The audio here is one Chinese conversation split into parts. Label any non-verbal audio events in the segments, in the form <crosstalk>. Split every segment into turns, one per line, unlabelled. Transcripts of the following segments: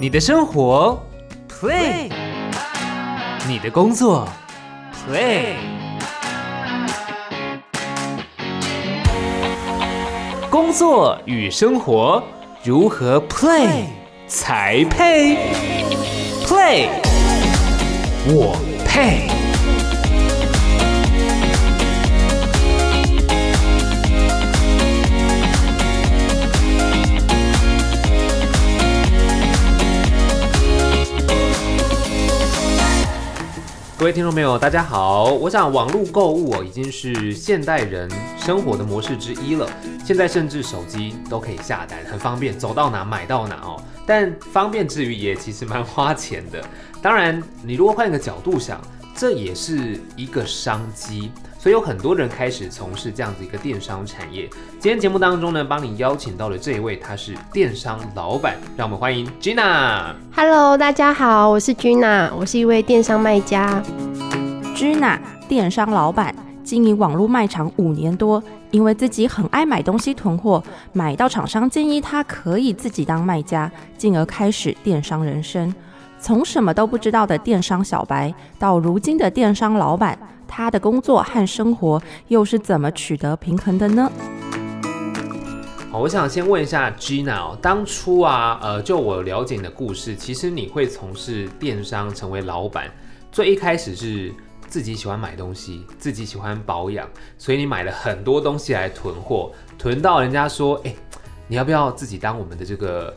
你的生活，play；你的工作，play。工作与生活如何 play 才配？play，我配。各位听众朋友，大家好！我想网络购物哦，已经是现代人生活的模式之一了。现在甚至手机都可以下单，很方便，走到哪买到哪哦。但方便之余，也其实蛮花钱的。当然，你如果换一个角度想，这也是一个商机。所以有很多人开始从事这样子一个电商产业。今天节目当中呢，帮你邀请到了这一位，他是电商老板，让我们欢迎 Gina。
Hello，大家好，我是 Gina，我是一位电商卖家。
Gina 电商老板，经营网络卖场五年多，因为自己很爱买东西囤货，买到厂商建议他可以自己当卖家，进而开始电商人生。从什么都不知道的电商小白，到如今的电商老板，他的工作和生活又是怎么取得平衡的呢？
好，我想先问一下 Gina，、哦、当初啊，呃，就我了解你的故事，其实你会从事电商成为老板，最一开始是自己喜欢买东西，自己喜欢保养，所以你买了很多东西来囤货，囤到人家说，哎、你要不要自己当我们的这个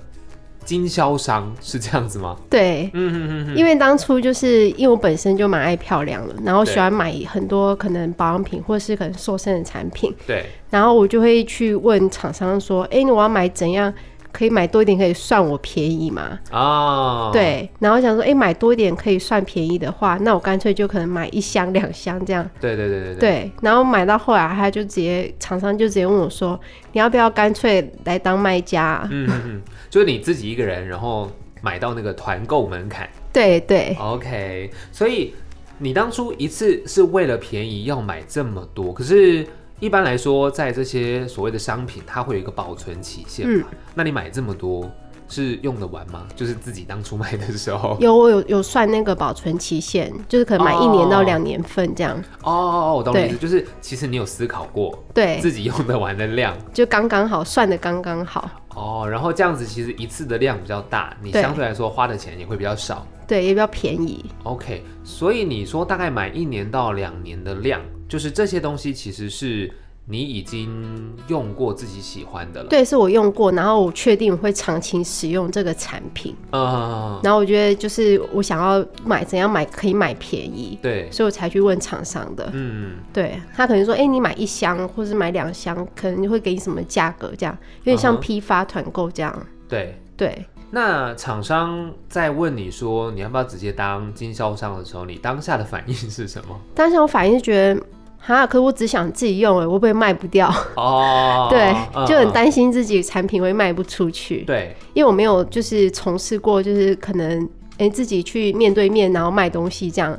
经销商？是这样子吗？
对，
嗯嗯嗯嗯，
因为当初就是因为我本身就蛮爱漂亮的，然后
对
喜欢买很多可能保养品或是可能瘦身的产品，
对，
然后我就会去问厂商说：“哎、我要买怎样可以买多一点，可以算我便宜吗？”
啊，，
对，然后想说：“哎、买多一点可以算便宜的话，那我干脆就可能买一箱两箱这样。”
对对对对对，
对，然后买到后来，他就直接厂商就直接问我说：“你要不要干脆来当卖家啊、
嗯嗯嗯，就是你自己一个人，然后买到那个团购门槛
对对，
，OK，所以你当初一次是为了便宜要买这么多，可是。一般来说，在这些所谓的商品，它会有一个保存期限嘛？
嗯
那你买这么多是用得完吗？就是自己当初买的时候。
<laughs> 有我有有算那个保存期限，就是可能买一年
哦
到两年份这样。
哦哦哦，我懂你
对
意思，就是其实你有思考过
对，
自己用得完的量
就刚刚好，算的刚刚好。
哦，然后这样子其实一次的量比较大，你
对
相对来说花的钱也会比较少。
对，也比较便宜。
OK，所以你说大概买一年到两年的量，就是这些东西其实是你已经用过自己喜欢的了。，
对，是我用过，然后我确定我会长期使用这个产品，
嗯，
然后我觉得就是我想要买怎样买可以买便宜，
对，
所以我才去问厂商的。
嗯，
对他可能说，哎、你买一箱或是买两箱，可能会给你什么价格这样，有点
嗯
像
哼
批发团购这样。
对。
对，
那厂商在问你说你要不要直接当经销商的时候，你当下的反应是什
<laughs>
么？
当时我反应是觉得，哈，可我只想自己用，哎，会不会卖不掉？，
哦
对
嗯，
就很
嗯
担心自己产品会卖不出去，
对，
因为我没有就是从事过，就是可能哎、自己去面对面然后卖东西这样，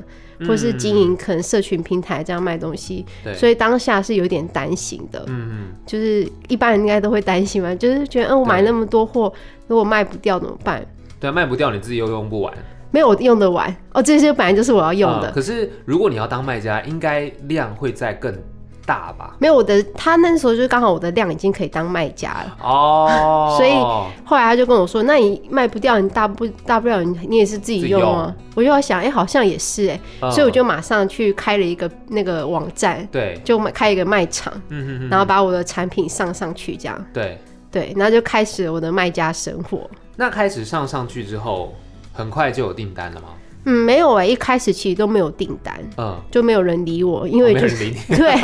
或是经营可能社群平台这样卖东西，
嗯对，
所以当下是有点担心的。
嗯，
就是一般人应该都会担心嘛，就是觉得，嗯，我买
对
那么多货，如果卖不掉怎么办？
对，卖不掉你自己又用不完，
没有我用得完哦，这些本来就是我要用的，
嗯可是如果你要当卖家，应该量会再更大吧？
没有我的。他那时候就刚好我的量已经可以当卖家了，
哦，
所以后来他就跟我说，那你卖不掉，你大不大不了你你也是自己用啊。我就要想，哎、好像也是哎、
嗯
所以我就马上去开了一个那个网站，
对，
就买开一个卖场，
嗯嗯
然后把我的产品上上去这样，
对。
对，然后就开始了我的卖家生活。
那开始上上去之后，很快就有订单了吗？
嗯，没有哎、一开始其实都没有订单，
嗯，
就没有人理我，因
哦
为
没
就
人
是、
理
<laughs>
<laughs> 你。
对，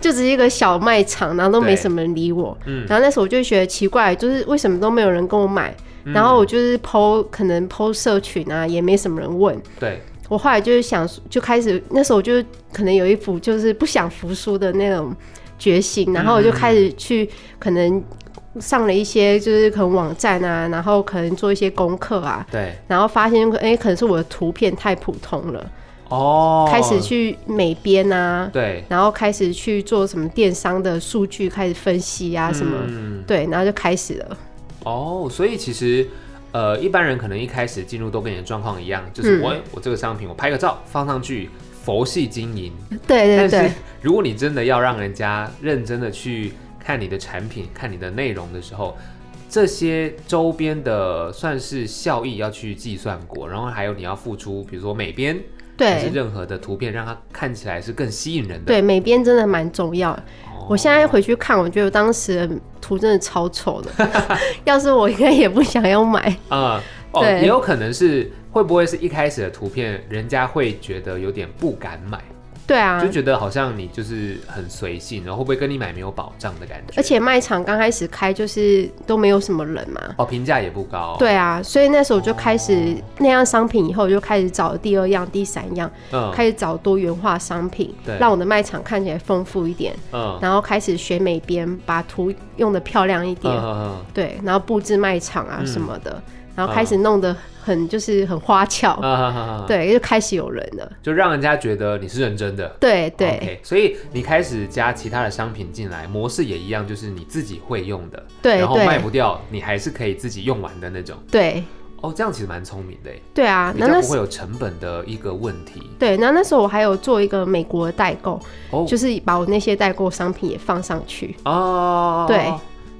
就只是一个小卖场，然后都没
对
什么人理我。
嗯
然后那时候我就觉得奇怪，就是为什么都没有人跟我买？
嗯
然后我嗯就是剖，可能剖社群啊，也没什么人问。
对，
我后来就是想，就开始那时候我就可能有一股就是不想服输的那种决
嗯
心，然后我就开始去可能上了一些就是可能网站啊，然后可能做一些功课啊，
对，
然后发现哎、可能是我的图片太普通了，
哦，
开始，去美编啊，
对，
然后开始去做什么电商的数据开始分析啊什么，
嗯，
对，然后就开始了。 <laughs>
哦，所以其实。呃，一般人可能一开始进入都跟你的状况一样，就是
嗯
我、我这个商品我拍个照放上去，佛系经营。
对对
但
对
是，如果你真的要让人家认真的去看你的产品、看你的内容的时候，这些周边的算是效益要去计算过，然后还有你要付出，比如说美编还是
对
任何的图片，让它看起来是更吸引人的。
对，美编真的蛮重要的。
哦，
我现在回去看，我觉得我当时的图真的超丑的，
<laughs>
要是我应该也不想要买。
啊、哦，
对
也有可能是会不会是一开始的图片，人家会觉得有点不敢买，
对啊
就，觉得好像你就是很随性，然后会不会跟你买没有保障的感觉？
而且卖场刚开始开就是都没有什么人嘛。
哦，评价也不高。，
对啊，所以那时候我就开始那样商品，以后我就开始找第二样、第三样，
嗯
开始找多元化商品
对，
让我的卖场看起来丰富一点，
嗯
然后开始学美编，把图用的漂亮一
嗯
点，
嗯
对，然后布置卖场啊
嗯
什么的，然后开始弄得很就是很花俏
嗯，嗯嗯，嗯，
对，就开始有人了，
就让人家觉得你是认真的。
对对。
OK，所以你开始加其他的商品进来，模式也一样，就是你自己会用的，
对
然后
对
卖不掉，你还是可以自己用完的那种。
对
哦，这样其实蛮聪明的耶，
对啊，
比
那
较
那
不
时
会有成本的一个问题。
对，那那时候我还有做一个美国的代购，
哦，
就是把我那些代购商品也放上去。
哦，
对，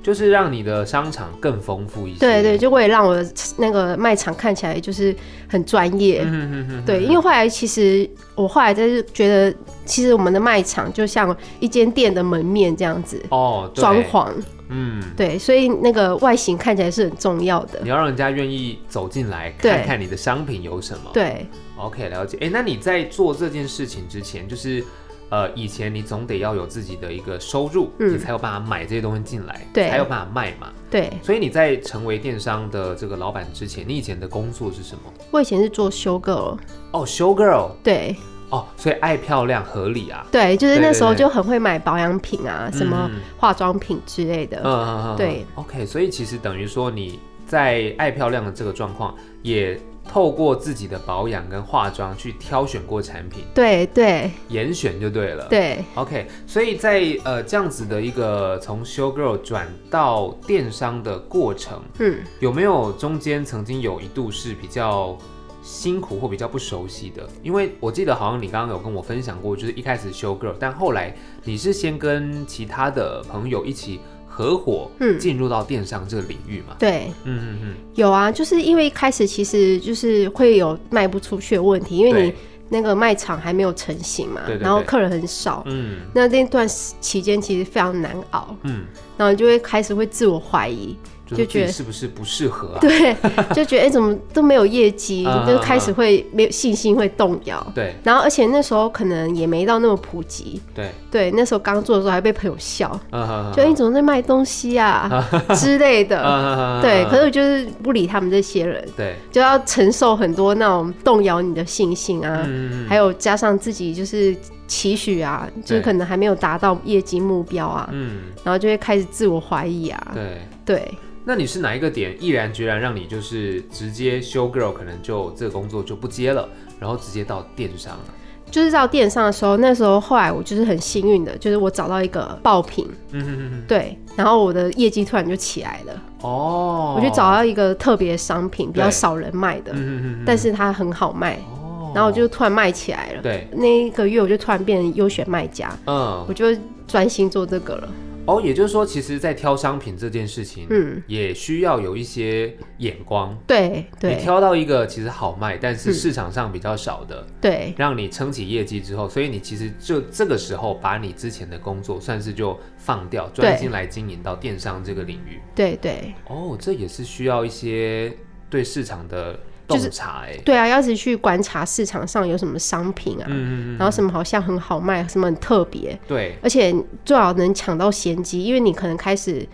就是让你的商场更丰富一些。
对对，就为了让我的那个卖场看起来就是很专业。
嗯
对，因为后来其实我后来就是觉得，其实我们的卖场就像一间店的门面这样子，
哦，对
装，潢。
嗯，
对，所以那个外形看起来是很重要的
你。要让人家愿意走进来
对
看看你的商品有什么。
对，
，OK，了解。哎，那你在做这件事情之前，就是呃，以前你总得要有自己的一个收入，
嗯
你才有办法买这些东西进来，
对
才有办法卖嘛。
对
所以你在成为电商的这个老板之前，你以前的工作是什么？
我以前是做修 girl，
哦、s h o w girl，
对，
哦，所以爱漂亮合理啊，
对，就是
对
那
对
时候
对
就很会买保养品啊，什么
嗯
化妆品之类的。
嗯嗯嗯，
对
，OK，所以其实等于说你在爱漂亮的这个状况，也透过自己的保养跟化妆去挑选过产品，
对对
严选就对了。
对
，OK，所以在呃这样子的一个从 show girl 转到电商的过程，
嗯，
有没有中间曾经有一度是比较？辛苦或比较不熟悉的，因为我记得好像你刚刚有跟我分享过，就是一开始 show girl，但后来你是先跟其他的朋友一起合伙
嗯
进入到电商这个领域嘛？
对，
嗯嗯
有啊，就是因为一开始其实就是会有卖不出去的问题，因为你
对
那个卖场还没有成型嘛，
对对
然后
对
客人很少。
嗯
那那段时期间其实非常难熬，
嗯
然后你就会开始会自我怀疑，
嗯，就
就是
自
觉
己
得
是不是不适合啊？
对，就觉得哎、诶怎么都没有业
<laughs>
绩，
啊
就开始会没有信心，会动摇。
对
然后而且那时候可能也没到那么普及，
对，
对，那时候刚做的时候还被朋友笑，
嗯嗯
就你怎么在卖东西啊 <laughs> 之
<laughs>
类的。
嗯
对，可是我就是不理他们这些人，
对，
就要承受很多那种动摇你的信心啊，
嗯嗯
还有加上自己就是期许啊，就是可能还没有达到业绩目标啊，
嗯
然后就会开始自我怀疑啊。
对。
对
那你是哪一个点毅然决然让你就是直接 show girl 可能就这个工作就不接了，然后直接到电商了？
就是到电商的时候，那时候后来我就是很幸运的，就是我找到一个爆品，
嗯嗯嗯
对，然后我的业绩突然就起来了。
嗯，哦，
我去找，到一个特别商品，比较
对
少人卖的，
嗯嗯嗯，
但是它很好卖，
哦
然后我就突然卖起来了。
对，
那一个月我就突然变成优选卖家，
嗯
我就专心做这个了。
哦，也就是说，其实，在挑商品这件事情，
嗯，
也需要有一些眼光。
对
你
对
挑到一个其实好卖，但是
嗯
市场上比较少的，
对
让你撑起业绩之后，所以你其实就这个时候把你之前的工作算是就放掉，
对
专心来经营到电商这个领域。
对对
哦，这也是需要一些对市场的洞察哎、
对啊！要是去观察市场上有什么商品啊，
嗯嗯嗯，
然后什么好像很好卖，什么很特别，
对，
而且最好能抢到先机，因为你可能开始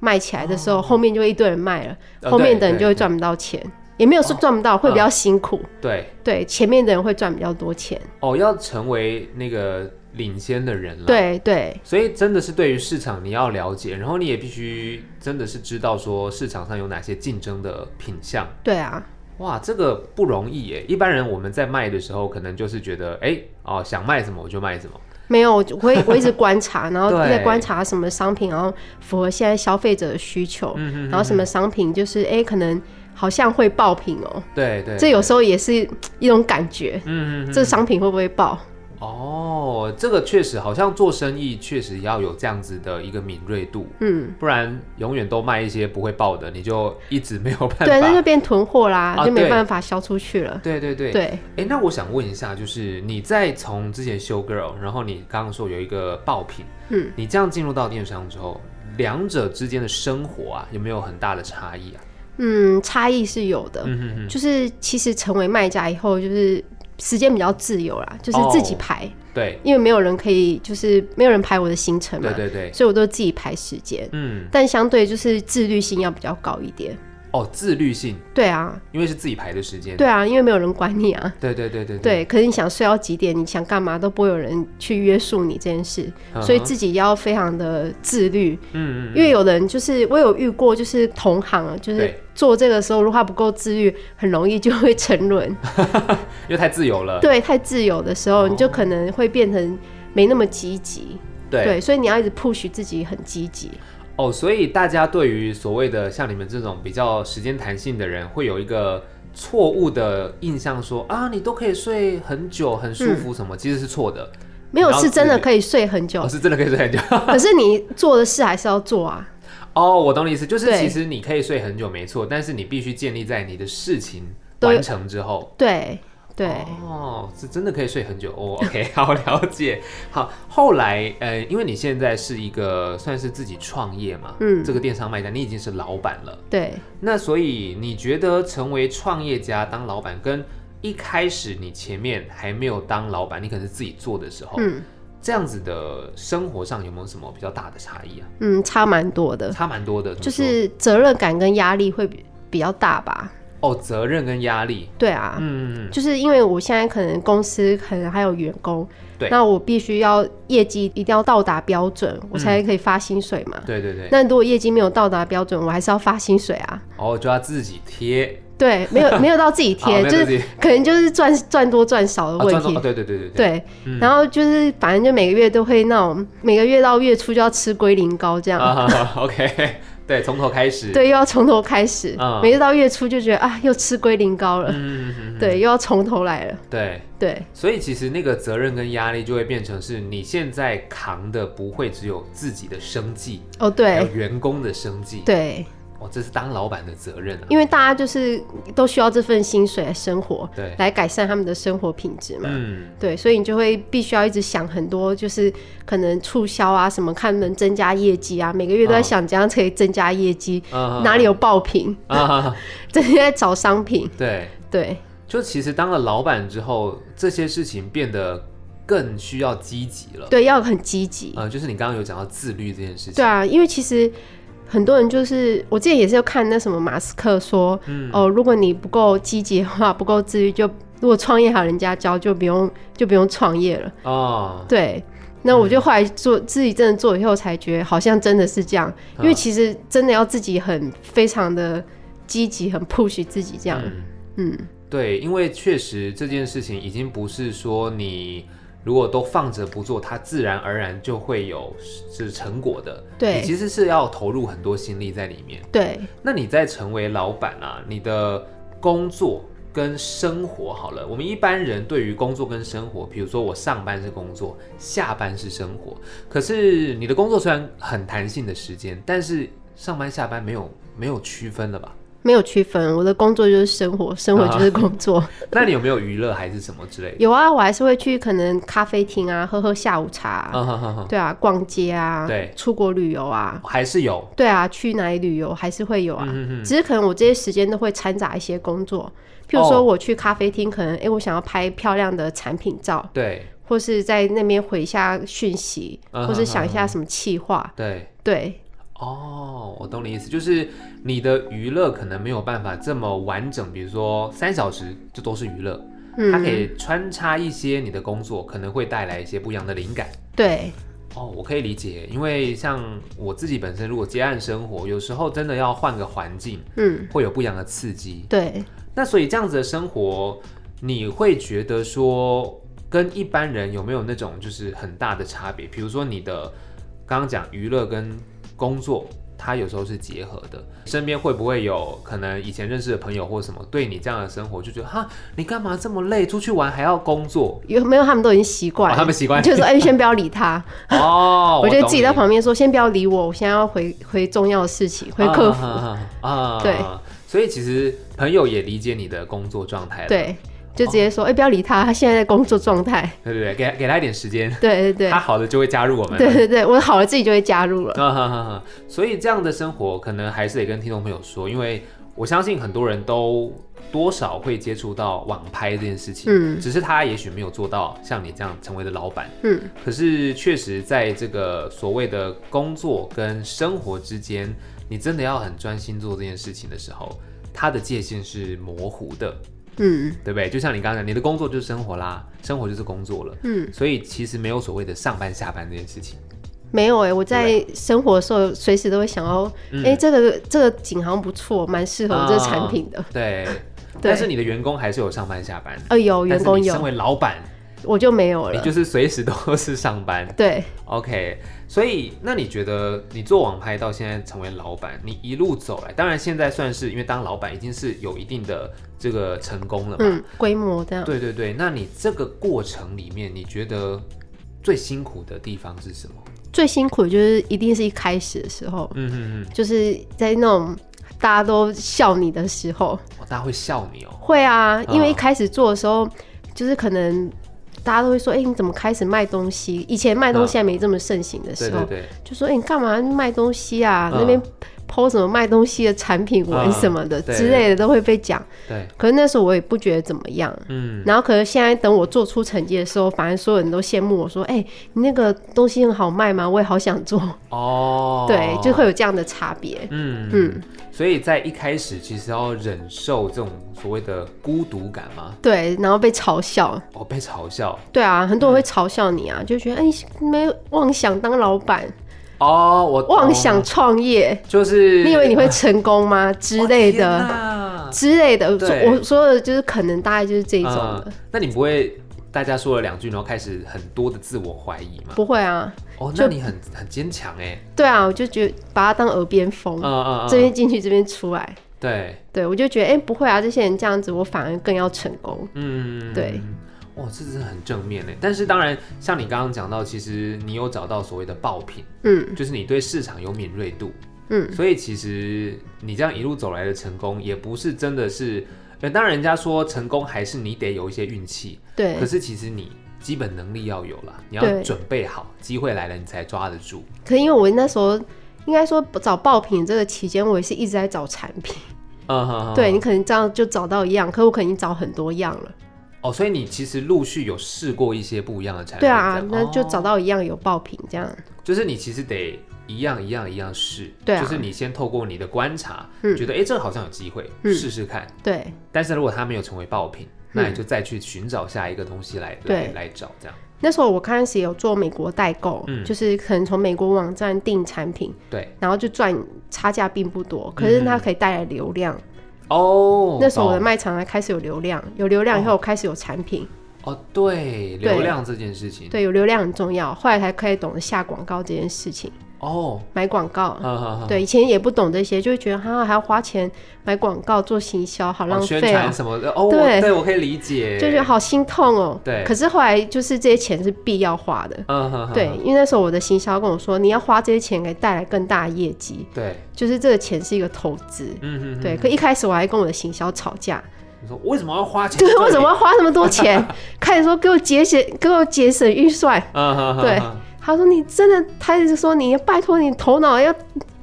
卖起来的时候，后面就会一堆人卖了，
呃
后面
对
的人就
哦对哦
会赚不到钱，也没有说赚不到，会比较辛苦。
对
对，前面的人会赚比较多钱。
哦，要成为那个领先的人了。。
对对
所以真的是对于市场你要了解，然后你也必须真的是知道说市场上有哪些竞争的品相，
对啊，
哇，这个不容易耶！一般人我们在卖的时候，可能就是觉得，哎、哦，想卖什么我就卖什么。
没有，我就我会我一直
<laughs>
观察，然后
对
在观察什么商品，然后符合现在消费者的需求，
嗯
然后什么商品就是哎、诶可能好像会爆品哦、
对对，
这
对
有时候也是一种感觉，
嗯嗯嗯
这商品会不会爆？
哦，这个确实好像做生意确实要有这样子的一个敏锐度，
嗯，
不然永远都卖一些不会爆的，你就一直没有办法。
对，那就变囤货啦，
啊
就没
对
办法销出去了。
对对对。
对，
哎，那我想问一下，就是你在从之前修 girl，然后你刚刚说有一个爆品，
嗯，
你这样进入到电商之后，两者之间的生活啊，有没有很大的差异啊？
嗯，差异是有的，
嗯哼哼，
就是其实成为卖家以后，就是时间比较自由啦，就是自己
哦
排，
对
因为没有人可以，就是没有人排我的行程嘛，
对对对，
所以我都自己排时间，
嗯，
但相对就是自律性要比较高一点。
哦，自律性，
对啊，
因为是自己排的时间，
对啊，因为没有人管你啊。
对对对对
对，可是你想睡到几点，你想干嘛都不会有人去约束你这件事，
嗯哼
所以自己要非常的自律。
嗯嗯
因为有人就是我有遇过，就是同行啊，就是
对
做这个时候，如果他不够自律，很容易就会
<laughs>
沉沦。
嗯，因为太自由了，
对，太自由的时
哦
候，你就可能会变成没那么积极。
对
对，所以你要一直 push 自己很积极。
哦，所以大家对于所谓的像你们这种比较时间弹性的人，会有一个错误的印象说，啊，你都可以睡很久，很舒
嗯
服什么，其实是错的。
没有
然后
是真的
自律
可以睡很久
哦，，是真的可以睡很久。
<laughs>
<laughs>
可是你做的事还是要做啊。
哦，我懂你意思，就是
对
其实你可以睡很久，没错，但是你必须建立在你的事情
对
完成之后。
对对，
哦，是真的可以睡很久哦。OK，好 <laughs> 了解。好，后来呃，因为你现在是一个算是自己创业嘛，
嗯
这个电商卖家，你已经是老板了。
对，
那所以你觉得成为创业家当老板，跟一开始你前面还没有当老板，你可能是自己做的时候，
嗯
这样子的生活上有没有什么比较大的差异啊？
嗯，差蛮多的，
差蛮多的，怎么
就
说
是责任感跟压力会比比较大吧。
哦，责任跟压力，
对啊，
嗯，
就是因为我现在可能公司可能还有员工，
对
那我必须要业绩一定要到达标准，
嗯
我才可以发薪水嘛。
对对对，
那如果业绩没有到达标准，我还是要发薪水啊。
哦，就要自己贴，
对，没
<laughs>
有没有到自己
好
贴，
没有
就
到自
是
己
可能就是赚赚多赚少的
啊，
问
赚
题。
多，哦对对对对对，嗯
对，然后就是反正就每个月都会那种，每个月到月初就要吃龟苓膏这样，
啊，OK，对， <laughs> 从头开始，，
对，又要从头开始，
嗯
每次到月初就觉得啊，又吃龟苓膏了，
嗯嗯嗯，
对，又要从头来了，
对。
对，
所以其实那个责任跟压力就会变成是你现在扛的不会只有自己的生计，
哦
还有
对
员工的生计。，
对，
哦，这是当老板的责任啊。
因为大家就是都需要这份薪水来生活，
对
来改善他们的生活品质嘛。
嗯，
对，所以你就会必须要一直想很多，就是可能促销啊，什么看能增加业绩啊，每个月都在
嗯
想怎样可以增加业绩，
嗯
哪里有爆品，
啊？
整天在找商品。
对，
对，
就其实当了老板之后，这些事情变得更需要积极了。
对，要很积极。
呃，就是你刚刚有讲到自律这件事情。
对啊，因为其实很多人就是，我之前也是有看那什么马斯克说，哦，如果你不够积极的话，不够自律，就如果创业好人家教，就不用就不用创业了。
哦，
对。那
嗯
我就后来做自己真的做以后，才觉得好像真的是这样，因为
嗯
其实真的要自己很非常的积极，很 push 自己这样。
嗯
嗯，
对，因为确实这件事情已经不是说你如果都放着不做，它自然而然就会有是成果的。
对
你其实是要投入很多心力在里面。
对，
那你在成为老板啊，你的工作跟生活好了，我们一般人对于工作跟生活，比如说我上班是工作，下班是生活。可是你的工作虽然很弹性的时间，但是上班下班没有没有区分了吧？
没有区分，我的工作就是生活，生活
啊
就是工作。 <laughs>
那你有没有娱乐还是什么之类的？
有啊，我还是会去可能咖啡厅啊，喝喝下午茶啊、
啊哈哈哈。
对啊，逛街啊，
对
出国旅游啊，
还是有，
对啊，去哪里旅游还是会有啊。
嗯嗯
只是可能我这些时间都会掺杂一些工作，譬如说
哦
我去咖啡厅，可能诶，我想要拍漂亮的产品照，
对
或是在那边回一下讯息，
嗯
或是想一下什么企划，
对，
对
哦，我懂你意思，就是你的娱乐可能没有办法这么完整，比如说三小时就都是娱乐，
嗯
它可以穿插一些你的工作，可能会带来一些不一样的灵感。
对
哦，我可以理解，因为像我自己本身，如果接案生活，有时候真的要换个环境，
嗯，
会有不一样的刺激。
对，
那所以这样子的生活，你会觉得说跟一般人有没有那种就是很大的差别？比如说你的刚刚讲娱乐跟工作它有时候是结合的。身边会不会有可能以前认识的朋友或什么，对你这样的生活就觉得哈，你干嘛这么累？出去玩还要工
<laughs>
作？
有没有他们都已经习惯
哦
了，
他们习惯
就说哎，先不要理他。
<laughs> 哦，
我觉得自己在
懂你
旁边说，先不要理我，我现在要回回重要的事情，回客服。
啊啊
<laughs>
啊
对
所以其实朋友也理解你的工作状态了，
对，就直接说，哎、不要理他，他现在在工作状态。 <laughs>
对对对，给给他一点时间，
对对
他好的就会加入我们，
对对对对，我好了自己就会加
<laughs>
入了。
啊哈哈哈！所以这样的生活，可能还是得跟听众朋友说，因为我相信很多人都多少会接触到网拍这件事情，
嗯
只是他也许没有做到像你这样成为的老板，
嗯，
可是确实在这个所谓的工作跟生活之间，你真的要很专心做这件事情的时候，它的界限是模糊的，
嗯
对不对？就像你刚才，你的工作就是生活啦，生活就是工作了，
嗯，
所以其实没有所谓的上班下班这件事情。
没有哎、我在生活的时候随时都会想要，
嗯啊
哎、这个这个景好像不错，蛮适合我这个产品的。
对，
对
但是你的员工还是有上班下班，
呃，有员
但是
工
你身
有，
为老板，
我就没有
你
了。
就是随时都是上班。
对，
OK，所以那你觉得你做网拍到现在成为老板，你一路走来，当然现在算是因为当老板已经是有一定的这个成功了嘛。
嗯，规模这样。
对对对，那你这个过程里面，你觉得最辛苦的地方是什么？
最辛苦的就是一定是一开始的时候，
嗯嗯嗯
就是在那种大家都笑你的时候，，
哦大家会笑你哦。
会啊，因为
啊
一开始做的时候，就是可能大家都会说，哎、你怎么开始卖东西？以前卖东西还没这么盛行的
对
时候，
对对，
就说，哎、你干嘛卖东西啊？
嗯
那边抛什么卖东西的产品文
嗯
什么的、
对
之类的都会被讲。
对，
可是那时候我也不觉得怎么样。
嗯，
然后，可是现在等我做出成绩的时候，反而所有人都羡慕我说：“哎、你那个东西很好卖吗？我也好想做。
哦，
对，就会有这样的差别。
嗯嗯
嗯，
所以在一开始其实要忍受这种所谓的孤独感嘛，
对，然后被嘲笑。
哦，被嘲笑
对啊，很多人会嘲笑你啊，就觉得哎、你没有妄想当老板，
哦，我懂
妄想创业，
就是哦
你以为你会成功吗？之类
哇天
的，
哪
之类的。
对
我说的就是可能大概就是这一种的。
嗯那你不会大家说了两句，然后开始很多的自我怀疑吗？
不会啊，
哦，
就
那你很很坚强哎，
对啊，我就觉得把它当耳边风，
嗯嗯嗯，
这边进去这边出来，
对，
对我就觉得哎、不会啊，这些人这样子，我反而更要成功。
嗯，
对。
哇，这真的很正面哎！但是当然，像你刚刚讲到，其实你有找到所谓的爆品，
嗯
就是你对市场有敏锐度，
嗯，
所以其实你这样一路走来的成功，也不是真的是，呃，当然人家说成功还是你得有一些运气，
对
可，是其实你基本能力要有了，你要
对
准备好，机会来了你才抓得住。
可因为我那时候。应该说找爆品这个期间，我也是一直在找产品。
嗯哼哼
对你可能这样就找到一样，可我可能已经找很多样了。
哦，所以你其实陆续有试过一些不一样的产品，
对啊
这，样
那就
哦
找到一样有爆品这样。
就是你其实得一样一样一样试，
对啊
就是你先透过你的观察，
嗯
觉得哎、诶这个好像有机会，
嗯
试试看。
对
但是如果它没有成为爆品，那你
嗯
就再去寻找下一个东西来来
对
来找这样。
那时候我刚开始有做美国代购，
嗯
就是可能从美国网站订产品，
对
然后就赚差价并不多，可是它可以带来流量。
嗯哦，
那时候我的
懂
卖场才开始有流量，有流量以后我开始有产品，
哦，对，流量这件事情，
对，有流量很重要。后来才开始懂得下广告这件事情，
哦，
买广告。啊
呵呵呵，
对，以前也不懂这些，就会觉得哈、还要花钱买广告做行销，好
哦，
浪
宣
费哦
传，什么的，哦，我
对
对我可以理解，
就觉得，好心痛哦。
对
可是后来就是这些钱是必要花的，
嗯哼哼，
对，因为那时候我的行销跟我说，你要花这些钱给带来更大的业绩，
对，
就是这个钱是一个投资。
嗯哼哼，
对，可一开始我还跟我的行销吵架， <laughs>
你说为什么要花钱？
对， <laughs> 为什么？要花那么多钱？开始说给我节省，给我节省预算。
<laughs> 嗯哼哼，
对
哼
他说你真的，他一直说你拜托你头脑要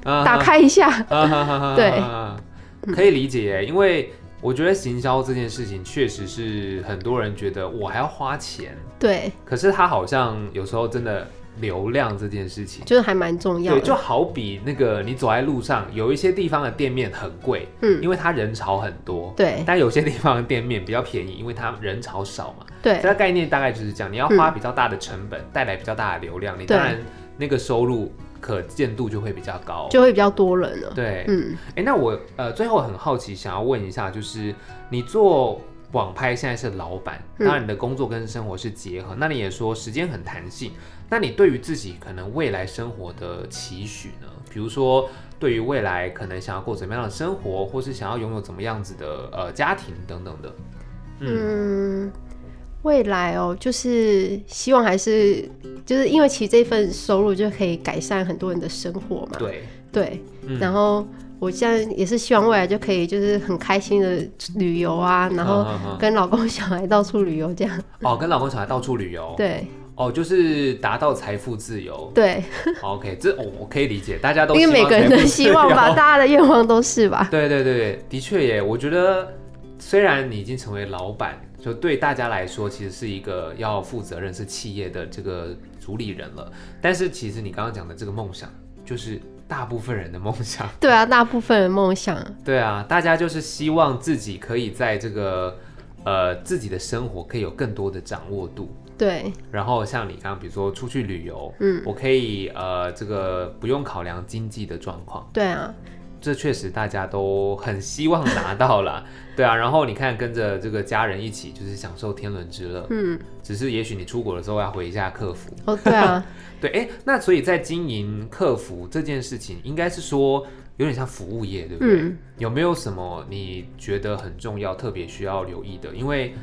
打，开一下。
嗯哼哼哼
对
哼哼可以理解，因为我觉得行销这件事情确实是很多人觉得我还要花钱，
对，
可是他好像有时候真的流量这件事情。
就是还蛮重要
对，就
的。
好比那个你走在路上，有一些地方的店面很贵，
嗯
因为它人潮很多，
对
但有些地方的店面比较便宜，因为它人潮少嘛。
对嗯
这个概念大概就是这样，你要花比较大的成本，带来比较大的流量，你
对
当然那个收入可见度就会比较高。
就会比较多人了。
对，哎、
嗯，
那我呃最后很好奇，想要问一下，就是你做网拍现在是老板，
嗯
当然你的工作跟生活是结合，那你也说时间很弹性，那你对于自己可能未来生活的期许呢？比如说对于未来可能想要过怎么样的生活，或是想要拥有怎么样子的呃家庭等等的。嗯，
嗯，未来哦，就是希望还是就是因为其实这份收入就可以改善很多人的生活嘛。
对，
对
嗯
然后我现在也是希望未来就可以就是很开心的旅游啊，然后
嗯嗯嗯
跟老公小孩到处旅游这样。
哦，跟老公小孩到处旅游，，
对
哦，就是达到财富自
<laughs>
由。哦
对，
OK，这我、我可以理解，大家都
因为
希
每
望
个人
财
的
富自
希望吧，
由
大家的愿望都是 <laughs> 吧。
对对对，的确耶，我觉得虽然你已经成为老板，就对大家来说其实是一个要负责任、是企业的这个主理人了，但是其实你刚刚讲的这个梦想，就是大部分人的梦想。
对啊，大部分人梦想，
对啊，大家就是希望自己可以在这个呃自己的生活可以有更多的掌握度。
对
然后像你刚刚比如说出去旅游，
嗯，
我可以呃这个不用考量经济的状况。
对啊，
这确实大家都很希望拿到啦， <laughs> 对啊。然后你看，跟着这个家人一起，就是享受天伦之乐。
嗯，
只是也许你出国的时候要回一下客服，
哦对啊，
对，哎，那所以在经营客服这件事情，应该是说有点像服务业，对不对？
嗯
有没有什么你觉得很重要、特别需要留意的？因为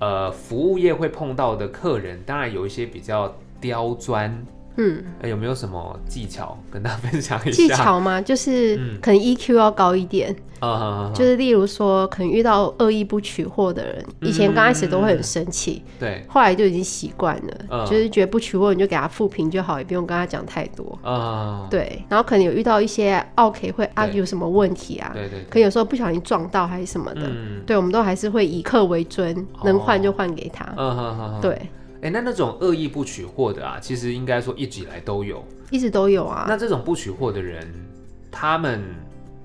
呃，服务业会碰到的客人，当然有一些比较刁钻，
嗯，
呃有没有什么技巧跟大家分享一下？
技
<laughs>
巧嘛，就是
嗯
可能 EQ 要高一点，
啊，
就是例如说，可能遇到恶意不取货的人，以前
嗯
刚开始都会很生气，
对，
后来就已经习惯了，
嗯
就是觉得不取货你就给他复评就好，也不用跟他讲太多。
啊，
对，然后可能有遇到一些 OK 会 argue 什么问题啊，
对对对
可能有时候不小心撞到还是什么的，
嗯哦
对，我们都还是会以客为尊，能换就换给他。
嗯哼哼哼，
对，
哎、那那种恶意不取货的啊，其实应该说一直以来都有。
一直都有啊。
那这种不取货的人，他们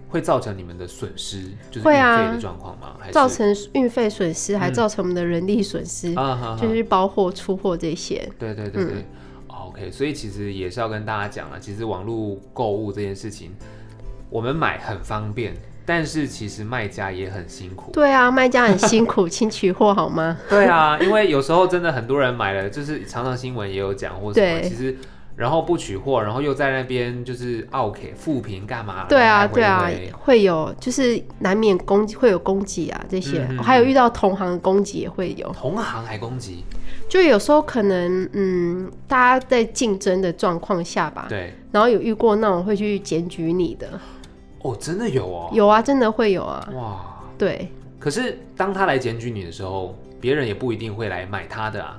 会造成你们的损失，就是运
会啊
费的状况吗？还是
造成运费损失，还
嗯
造成我们的人力损失，
啊哈哈，
就是嗯包货、出货这些。
对对对对、o k 所以其实也是要跟大家讲啊，其实网络购物这件事情，我们买很方便，但是其实卖家也很辛苦。
对啊，卖家很辛苦，
<laughs>
请取货好吗？
对啊，因为有时候真的很多人买了，就是常常新闻也有讲或什么，
对
其实然后不取货，然后又在那边就是傲 K 负评干嘛？
对啊，
来回
对啊
回，
会有就是难免攻击，会有攻击啊这些，
嗯嗯嗯
还有遇到同行的攻击也会有，
同行还攻击，
就有时候可能嗯，大家在竞争的状况下吧，
对，
然后有遇过那种会去检举你的，
哦，真的有哦，
有啊，真的会有啊，
哇！
对
可是当他来检举你的时候，别人也不一定会来买他的啊，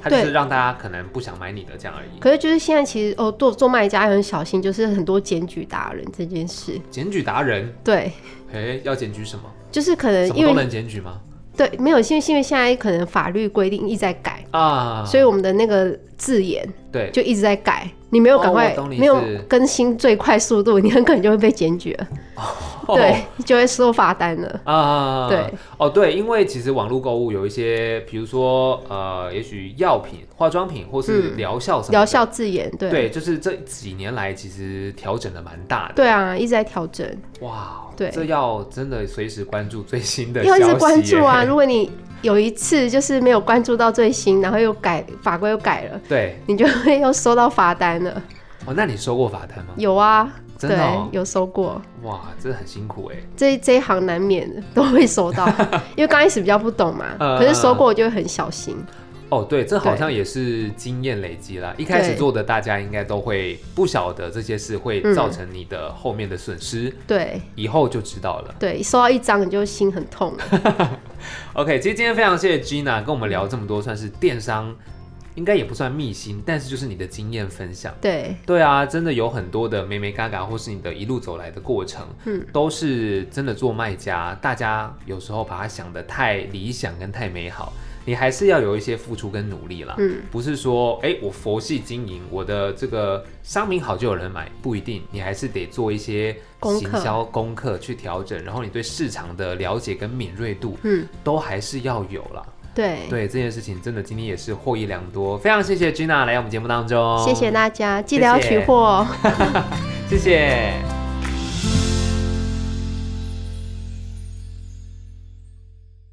他就
对
是让大家可能不想买你的这样而已。
可是就是现在其实哦，做做卖家也很小心，就是很多检举达人这件事，
检举达人，
对，
哎，要检举什么？
就是可能
什么
呃因
都
为
能检举吗？
对没有，因为因为现在可能法律规定一直在改，
啊，
所以我们的那个字眼。
对，
就一直在改，你没有赶
哦
快、
我懂你
没有
是
更新最快速度，你很可能就会被检举了，
哦
对，就会收罚单了。
啊，
对，
哦对，因为其实网络购物有一些，比如说呃，也许药品、化妆品或是
嗯
疗效什么的
疗效字眼，对
对，就是这几年来其实调整的蛮大的，
对啊，一直在调整，
哇，
对
这要真的随时关注最新的消
<laughs> 要
息
一
耶，
直关
<laughs>
注啊。如果你有一次就是没有关注到最新，然后又改法规又改了，
对，
你就会又收到罚单了。
哦，那你收过罚单吗？
有啊，
真的哦
对，有收过。
哇，这很辛苦哎，
这这一行难免的都会收
<laughs>
到，因为刚开始比较不懂嘛，
嗯
可是收过我就会很小心。
哦，对，这好像也是经验累积啦。一开始
对
做的，大家应该都会不晓得这些事会
嗯
造成你的后面的损失，
对
以后就知道了。
对，收到一张你就心很痛了。
OK，其实今天非常谢谢 Gina 跟我们聊这么多，算是电商，应该也不算秘辛，但是就是你的经验分享。
对。
对啊，真的有很多的美美嘎嘎，或是你的一路走来的过程，
嗯，
都是真的做卖家，大家有时候把它想的太理想跟太美好，你还是要有一些付出跟努力啦。
嗯，
不是说哎、诶我佛系经营，我的这个商品好就有人买，不一定，你还是得做一些
功
行
课
销功课去调整，然后你对市场的了解跟敏锐度，
嗯，
都还是要有啦。
对，
对这件事情，真的今天也是获益良多，非常谢谢 Gina 来我们节目当中，
谢谢大家，记得要
谢谢
取货哦。
谢谢。